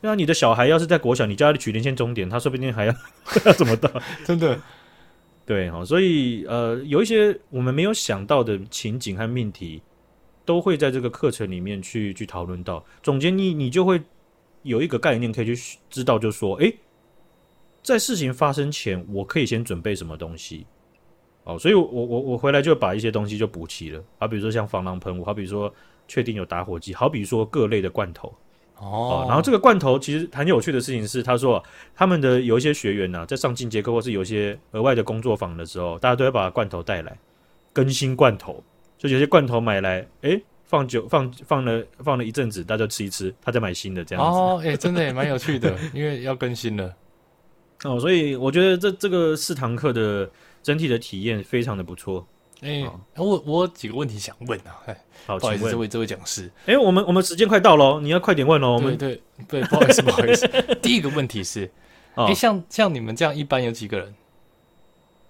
Speaker 1: 那你的小孩要是在国小，你叫他取连线终点，他说不定还要要怎么到？
Speaker 2: 真的，
Speaker 1: 对哦，所以呃，有一些我们没有想到的情景和命题，都会在这个课程里面去去讨论到。总监你你就会有一个概念可以去知道，就是说，诶，在事情发生前，我可以先准备什么东西。哦，所以我我我回来就把一些东西就补齐了，好比如说像防狼喷雾，好比说确定有打火机，好比说各类的罐头，
Speaker 2: 哦
Speaker 1: 哦，，然后这个罐头其实很有趣的事情是，他说他们的有一些学员呢、在上进阶课或是有一些额外的工作坊的时候，大家都会把罐头带来更新罐头，就有些罐头买来，诶，放久放放了放了一阵子，大家就吃一吃，他再买新的这样子。
Speaker 2: 哦，哎、真的也蛮有趣的，因为要更新了。
Speaker 1: 哦所以我觉得这这个四堂课的整体的体验非常的不错。
Speaker 2: 哎、
Speaker 1: 哦
Speaker 2: 我我有几个问题想问啊，哎，
Speaker 1: 好，
Speaker 2: 不好意
Speaker 1: 请
Speaker 2: 思，这
Speaker 1: 问，
Speaker 2: 位这位讲师，
Speaker 1: 诶，我们我们时间快到喽，你要快点问哦喽。我
Speaker 2: 对
Speaker 1: 们
Speaker 2: 对对，不好意思不好意思。
Speaker 1: (laughs)
Speaker 2: 第一个问题是，哎、
Speaker 1: 哦
Speaker 2: 像像你们这样一般有几个人？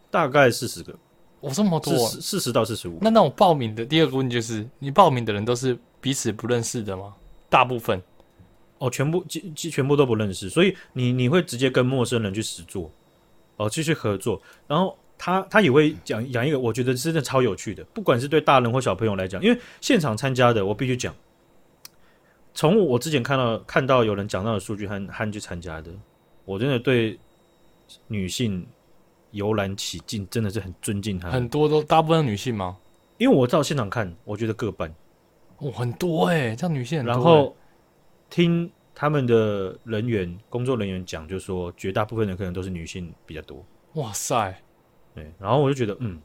Speaker 1: 大概四十个，
Speaker 2: 我这么多啊
Speaker 1: 四，十四十到四十五。
Speaker 2: 那那种报名的第二个问题就是，你报名的人都是彼此不认识的吗？大部分
Speaker 1: 哦，全部几几全部都不认识，所以你你会直接跟陌生人去实做，哦，继续合作，然后他他也会讲讲一个，我觉得真的超有趣的，不管是对大人或小朋友来讲，因为现场参加的，我必须讲，从我之前看到看到有人讲到的数据和和去参加的，我真的对女性油然起敬，真的是很尊敬她们，
Speaker 2: 很多都大部分女性吗？
Speaker 1: 因为我到现场看，我觉得各半，
Speaker 2: 欸哦，很多哎、这样女性很多、
Speaker 1: 然后听他们的人员工作人员讲，就说绝大部分的客人都是女性比较多。
Speaker 2: 哇塞，
Speaker 1: 对，然后我就觉得，嗯，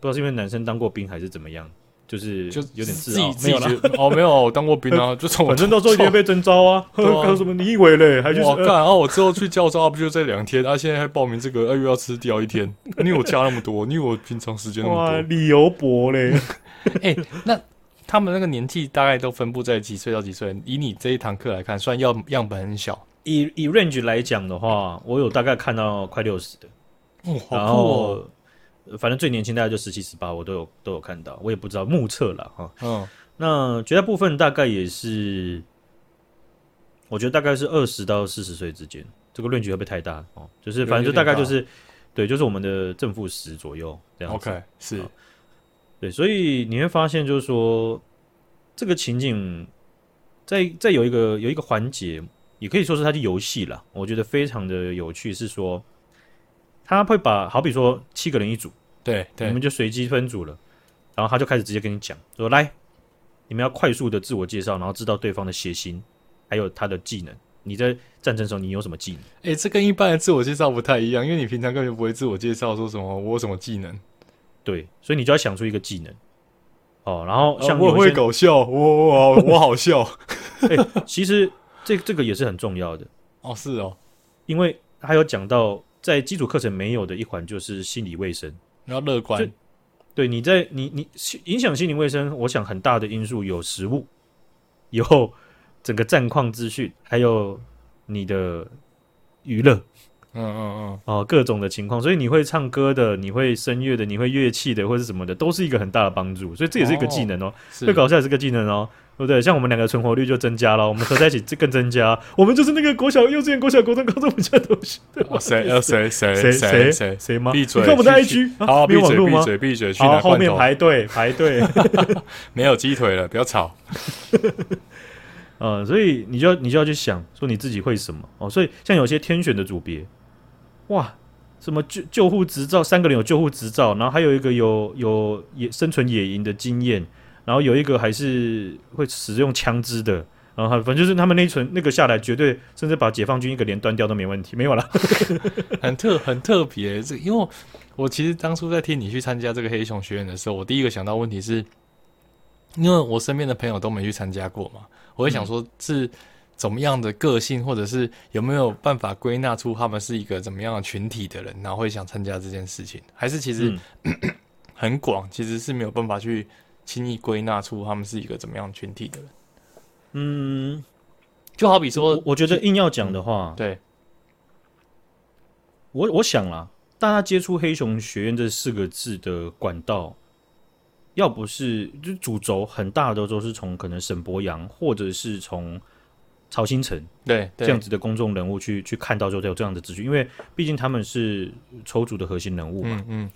Speaker 1: 不知道是因为男生当过兵还是怎么样，就是
Speaker 2: 就
Speaker 1: 有点自
Speaker 2: 自己
Speaker 1: 傲，
Speaker 2: 自
Speaker 1: 没有
Speaker 2: 己
Speaker 1: 啦
Speaker 2: 觉，得哦，没有，我当过兵
Speaker 1: (laughs)
Speaker 2: 啊，就从
Speaker 1: 反正到时候一定会被征召啊，
Speaker 2: (laughs) 对啊
Speaker 1: (laughs) 搞什么你以为嘞？还去
Speaker 2: 我干，
Speaker 1: 呃
Speaker 2: 然后我之后去教招，不就这两天？啊，现在还报名这个，啊，又要吃掉一天。 (laughs) 你以为我加那么多？你以为我平常时间那
Speaker 1: 哇
Speaker 2: 么
Speaker 1: 理由薄嘞？ (laughs)
Speaker 2: 多？哎、那他们那个年纪大概都分布在几岁到几岁？以你这一堂课来看，虽然要样本很小，
Speaker 1: 以以 range 来讲的话，我有大概看到快六十的，
Speaker 2: 哦，
Speaker 1: 然
Speaker 2: 好酷
Speaker 1: 后
Speaker 2: 哦。、
Speaker 1: 呃反正最年轻大概就十七、十八，我都有都有看到，我也不知道目测了哈。
Speaker 2: 嗯，
Speaker 1: 那绝大部分大概也是，我觉得大概是二十到四十岁之间，这个 range 会不会太大哦？就是反正就大概就是，对，就是我们的正负十左右这样子。哦
Speaker 2: OK，是
Speaker 1: 好对，所以你会发现，就是说这个情景在在有一个有一个环节，也可以说是它的游戏啦。我觉得非常的有趣，是说他会把好比说七个人一组，
Speaker 2: 对
Speaker 1: 你
Speaker 2: 对
Speaker 1: 们就随机分组了，然后他就开始直接跟你讲说：“来，你们要快速的自我介绍，然后知道对方的血型，还有他的技能。你在战争的时候你有什么技能？
Speaker 2: 哎、这跟一般的自我介绍不太一样，因为你平常根本不会自我介绍，说什么我有什么技能，
Speaker 1: 对，所以你就要想出一个技能。哦，然后
Speaker 2: 啊
Speaker 1: 像
Speaker 2: 我
Speaker 1: 有一
Speaker 2: 会
Speaker 1: 些
Speaker 2: 搞笑，我我好我好笑，
Speaker 1: 其实这这个也是很重要的，
Speaker 2: 哦是哦，
Speaker 1: 因为还有讲到在基础课程没有的一环就是心理卫生。
Speaker 2: 你要乐观
Speaker 1: 就，对，你在你你心影响心理卫生，我想很大的因素有食物，有整个战况资讯，还有你的娱乐
Speaker 2: 嗯嗯
Speaker 1: 哦，各种的情况。所以你会唱歌的，你会声乐的，你会乐器的，或是什么的，都是一个很大的帮助。所以这也是一个技能哦，会
Speaker 2: 嗯，是
Speaker 1: 搞笑也是个技能哦。对不对？像我们两个存活率就增加了，我们合在一起更增加。我们就是那个国小、幼稚园、国小、国中、高中，我们家都是
Speaker 2: (laughs)
Speaker 1: 对吧
Speaker 2: 哦谁呃谁谁
Speaker 1: 谁
Speaker 2: 谁
Speaker 1: 谁
Speaker 2: 谁
Speaker 1: 谁吗？
Speaker 2: 闭嘴
Speaker 1: 你看我们的
Speaker 2: 去
Speaker 1: IG，啊
Speaker 2: 好，
Speaker 1: 没
Speaker 2: 闭
Speaker 1: 有网
Speaker 2: 嘴，
Speaker 1: 络
Speaker 2: 闭
Speaker 1: 吗？
Speaker 2: 嘴，闭嘴，去
Speaker 1: 好，
Speaker 2: 拿
Speaker 1: 后
Speaker 2: 罐
Speaker 1: 面
Speaker 2: 头。
Speaker 1: 排队排队。
Speaker 2: 没有鸡腿了，不要吵。
Speaker 1: 呃，所以你就要你就要去想说你自己会什么哦。所以像有些天选的组别，哇，什么救救护执照，三个人有救护执照，然后还有一个有有野生存野营的经验，然后有一个还是会使用枪支的。然后反正就是他们那一群那个下来，绝对甚至把解放军一个连端掉都没问题，没有啦。
Speaker 2: 很特很特别，这因为我其实当初在听你去参加这个黑熊学院的时候，我第一个想到问题是，因为我身边的朋友都没去参加过嘛，我
Speaker 1: 嗯
Speaker 2: 会想说是怎么样的个性，或者是有没有办法归纳出他们是一个怎么样的群体的人，然后会想参加这件事情，还是其实
Speaker 1: 嗯
Speaker 2: 很广，其实是没有办法去轻易归纳出他们是一个怎么样的群体的人。
Speaker 1: 嗯，
Speaker 2: 就好比说
Speaker 1: 我，我觉得硬要讲的话，
Speaker 2: 对，
Speaker 1: 我我想啦，大家接触黑熊学院这四个字的管道，要不是就主轴很大的都是从可能沈博洋或者是从曹新成
Speaker 2: 对，
Speaker 1: 这
Speaker 2: 对，
Speaker 1: 样子的公众人物去去看到就有这样的资讯，因为毕竟他们是筹组的核心人物嘛，
Speaker 2: 嗯嗯，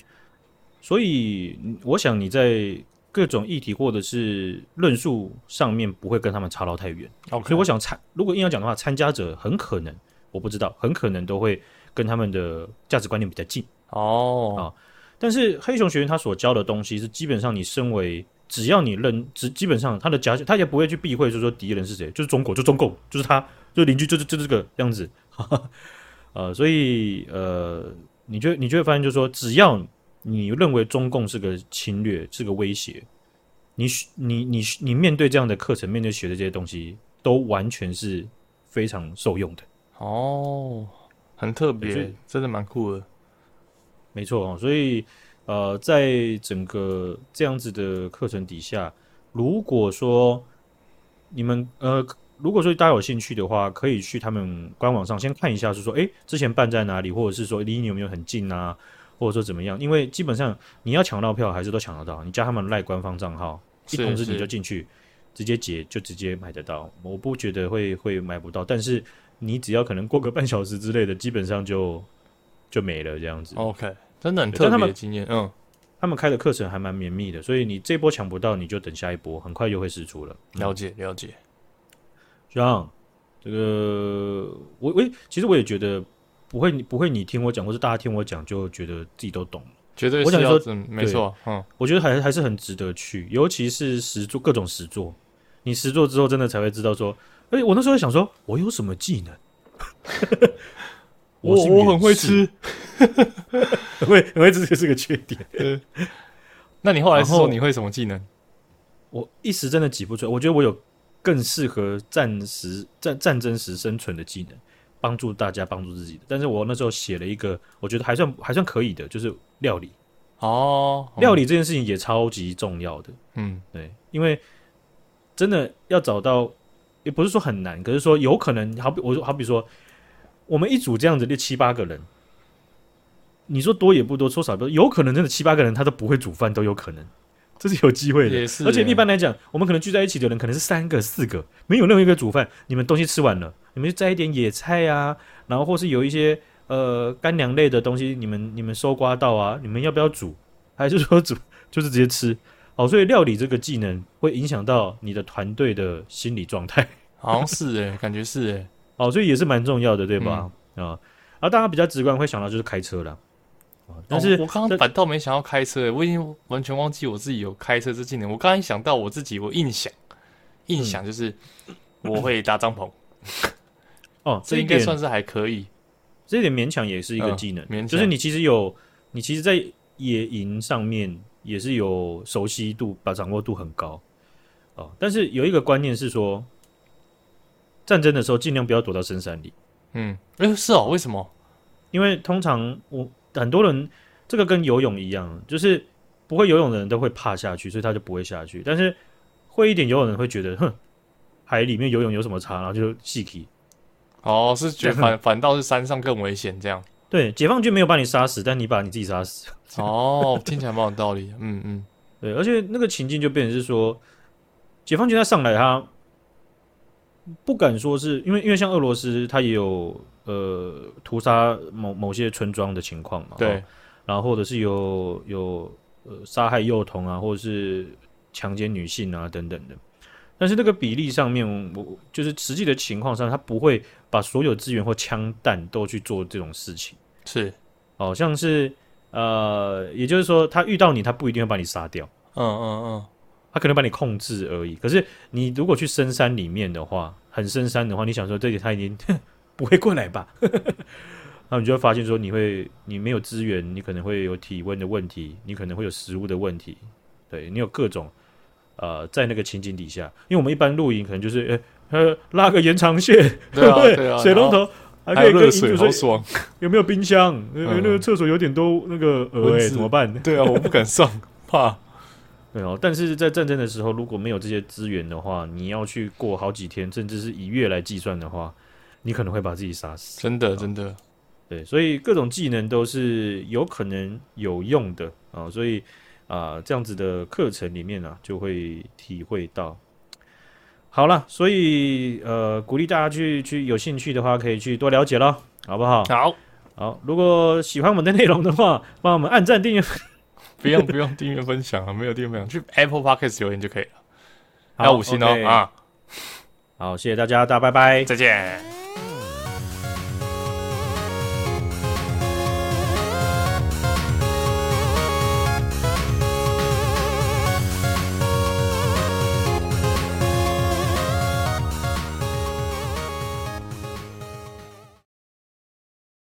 Speaker 1: 所以嗯我想你在各种议题或者是论述上面不会跟他们差到太远。
Speaker 2: o k
Speaker 1: 所以我想参，如果硬要讲的话，参加者很可能我不知道，很可能都会跟他们的价值观念比较近。
Speaker 2: 哦，
Speaker 1: 但是黑熊学院他所教的东西是，基本上你身为只要你认，只基本上他的假，他也不会去避讳，就是说敌人是谁，就是中国，就中共，就是他，就是邻居，就是就是这个样子。 (laughs) 呃，所以呃，你就你就会发现，就是说，只要你认为中共是个侵略，是个威胁，你你你你面对这样的课程，面对学的这些东西，都完全是非常受用的。
Speaker 2: 哦，很特别，真的蛮酷的。
Speaker 1: 没错哦，所以呃，在整个这样子的课程底下，如果说你们呃，如果说大家有兴趣的话，可以去他们官网上先看一下，是说诶，之前办在哪里，或者是说离你有没有很近啊，或者说怎么样？因为基本上你要抢到票还是都抢得到，你加他们赖官方账号，一
Speaker 2: 是
Speaker 1: 通知你
Speaker 2: 是
Speaker 1: 就进去，直接解就直接买得到。我不觉得会会买不到，但是你只要可能过个半小时之类的，基本上就就没了这样子。
Speaker 2: OK，真的很
Speaker 1: 对
Speaker 2: 特
Speaker 1: 但他
Speaker 2: 别
Speaker 1: 们
Speaker 2: 的经验。嗯
Speaker 1: 他们开的课程还蛮绵密的，所以你这波抢不到，你就等下一波，很快就会试出了。
Speaker 2: 嗯了解了解。
Speaker 1: 像这个，我我也其实我也觉得不会，不会你听我讲，或是大家听我讲就觉得自己都懂。
Speaker 2: 绝对
Speaker 1: 我想
Speaker 2: 是要
Speaker 1: 说
Speaker 2: 真，没错，嗯，
Speaker 1: 我觉得还还是很值得去，尤其是实作各种实作，你实做之后，真的才会知道说，哎、我那时候想说，我有什么技
Speaker 2: (laughs)
Speaker 1: 能？
Speaker 2: 我
Speaker 1: 是
Speaker 2: 我很会
Speaker 1: 远 (laughs) 视，
Speaker 2: 吃。
Speaker 1: 很会很会吃，这是个缺点。
Speaker 2: 那你后来是
Speaker 1: 然
Speaker 2: 说
Speaker 1: 后
Speaker 2: 你会什么技能？
Speaker 1: 我一时真的挤不出来，我觉得我有更适合战时战战争时生存的技能，帮助大家，帮助自己的。但是我那时候写了一个，我觉得还算还算可以的，就是料理。
Speaker 2: 哦，
Speaker 1: 料理这件事情也超级重要的，
Speaker 2: 嗯，
Speaker 1: 对，因为真的要找到，也不是说很难，可是说有可能，好比我说，好比说，我们一组这样子六七八个人，你说多也不多，说少也不多，有可能真的七八个人他都不会煮饭都有可能，这是有机会的。
Speaker 2: 也是
Speaker 1: 而且
Speaker 2: 欸
Speaker 1: 一般来讲，我们可能聚在一起的人可能是三个、四个，没有任何一个煮饭，你们东西吃完了，你们就摘一点野菜啊，然后或是有一些呃干粮类的东西，你们你们搜刮到啊，你们要不要煮？还是说煮就是直接吃？好，所以料理这个技能会影响到你的团队的心理状态， (laughs)
Speaker 2: 好像是 (laughs) 诶，感觉是诶。
Speaker 1: 好，所以也是蛮重要的，对吧？
Speaker 2: 嗯
Speaker 1: 啊，而大家比较直观会想到就是开车啦。啊但是
Speaker 2: 哦我刚
Speaker 1: 这
Speaker 2: 刚反倒没想要开车欸，我已经完全忘记我自己有开车这技能。我刚刚一想到我自己，我印象印象就是我会搭帐 (coughs) 篷，
Speaker 1: 哦，这
Speaker 2: 这
Speaker 1: 一
Speaker 2: 应该
Speaker 1: 点
Speaker 2: 算是还可以。
Speaker 1: 这一点勉强也是一个
Speaker 2: 嗯
Speaker 1: 技能，
Speaker 2: 勉强
Speaker 1: 就是你其实有，你其实，在野营上面也是有熟悉度，把掌握度很高哦。但是有一个观念是说，战争的时候尽量不要躲到深山里，
Speaker 2: 嗯，哎，是哦，为什么？
Speaker 1: 因为通常我很多人这个跟游泳一样，就是不会游泳的人都会怕下去，所以他就不会下去。但是会一点游泳的人会觉得，哼，海里面游泳有什么差？然后就细体，
Speaker 2: 哦，是觉得反反倒是山上更危险这样。
Speaker 1: 对，解放军没有把你杀死，但你把你自己杀死。
Speaker 2: 哦，听起来蛮有道理的。嗯 (laughs) 嗯，
Speaker 1: 对，而且那个情境就变成是说，解放军他上来他，不敢说是因为因为像俄罗斯，他也有呃屠杀某某些村庄的情况嘛，
Speaker 2: 对
Speaker 1: 哦，，然后或者是有有呃杀害幼童啊，或者是强奸女性啊等等的。但是那个比例上面，我我就是实际的情况上，他不会把所有资源或枪弹都去做这种事情，
Speaker 2: 是，
Speaker 1: 好、像是呃，也就是说，他遇到你，他不一定会把你杀掉。
Speaker 2: 嗯嗯嗯，
Speaker 1: 他可能把你控制而已。可是你如果去深山里面的话，很深山的话，你想说这里他已经 (laughs) 不会过来吧？ (laughs) 那你就会发现说，你会你没有资源，你可能会有体温的问题，你可能会有食物的问题，对你有各种呃，在那个情景底下，因为我们一般露营可能就是呃呃拉个延长线，
Speaker 2: (laughs) 对啊对啊，
Speaker 1: 水龙
Speaker 2: 然后
Speaker 1: 头。还
Speaker 2: 还
Speaker 1: 可以
Speaker 2: 有
Speaker 1: 跟
Speaker 2: 热
Speaker 1: 饮
Speaker 2: 水，
Speaker 1: 煮
Speaker 2: 好
Speaker 1: 说
Speaker 2: 爽。
Speaker 1: 有没有冰箱？呃
Speaker 2: 嗯
Speaker 1: 那个厕所有点多，那个呃、
Speaker 2: 蚊
Speaker 1: 欸，
Speaker 2: 子
Speaker 1: 怎么办？
Speaker 2: (laughs) 对啊，我不敢上，怕。
Speaker 1: 对哦，但是在战争的时候，如果没有这些资源的话，你要去过好几天，甚至是以月来计算的话，你可能会把自己杀死。
Speaker 2: 真的真的，
Speaker 1: 对，所以各种技能都是有可能有用的啊、所以啊、这样子的课程里面呢、啊就会体会到。好了，所以呃，鼓励大家去去有兴趣的话，可以去多了解咯，好不好？
Speaker 2: 好，
Speaker 1: 好，如果喜欢我们的内容的话，帮我们按赞、订阅。
Speaker 2: 不用不用订阅分享啊，没有订阅分享，去 Apple Podcast 留言就可以了，还有五星哦、
Speaker 1: OK
Speaker 2: 啊！
Speaker 1: 好，谢谢大家，大家拜拜。
Speaker 2: 再见。
Speaker 3: 「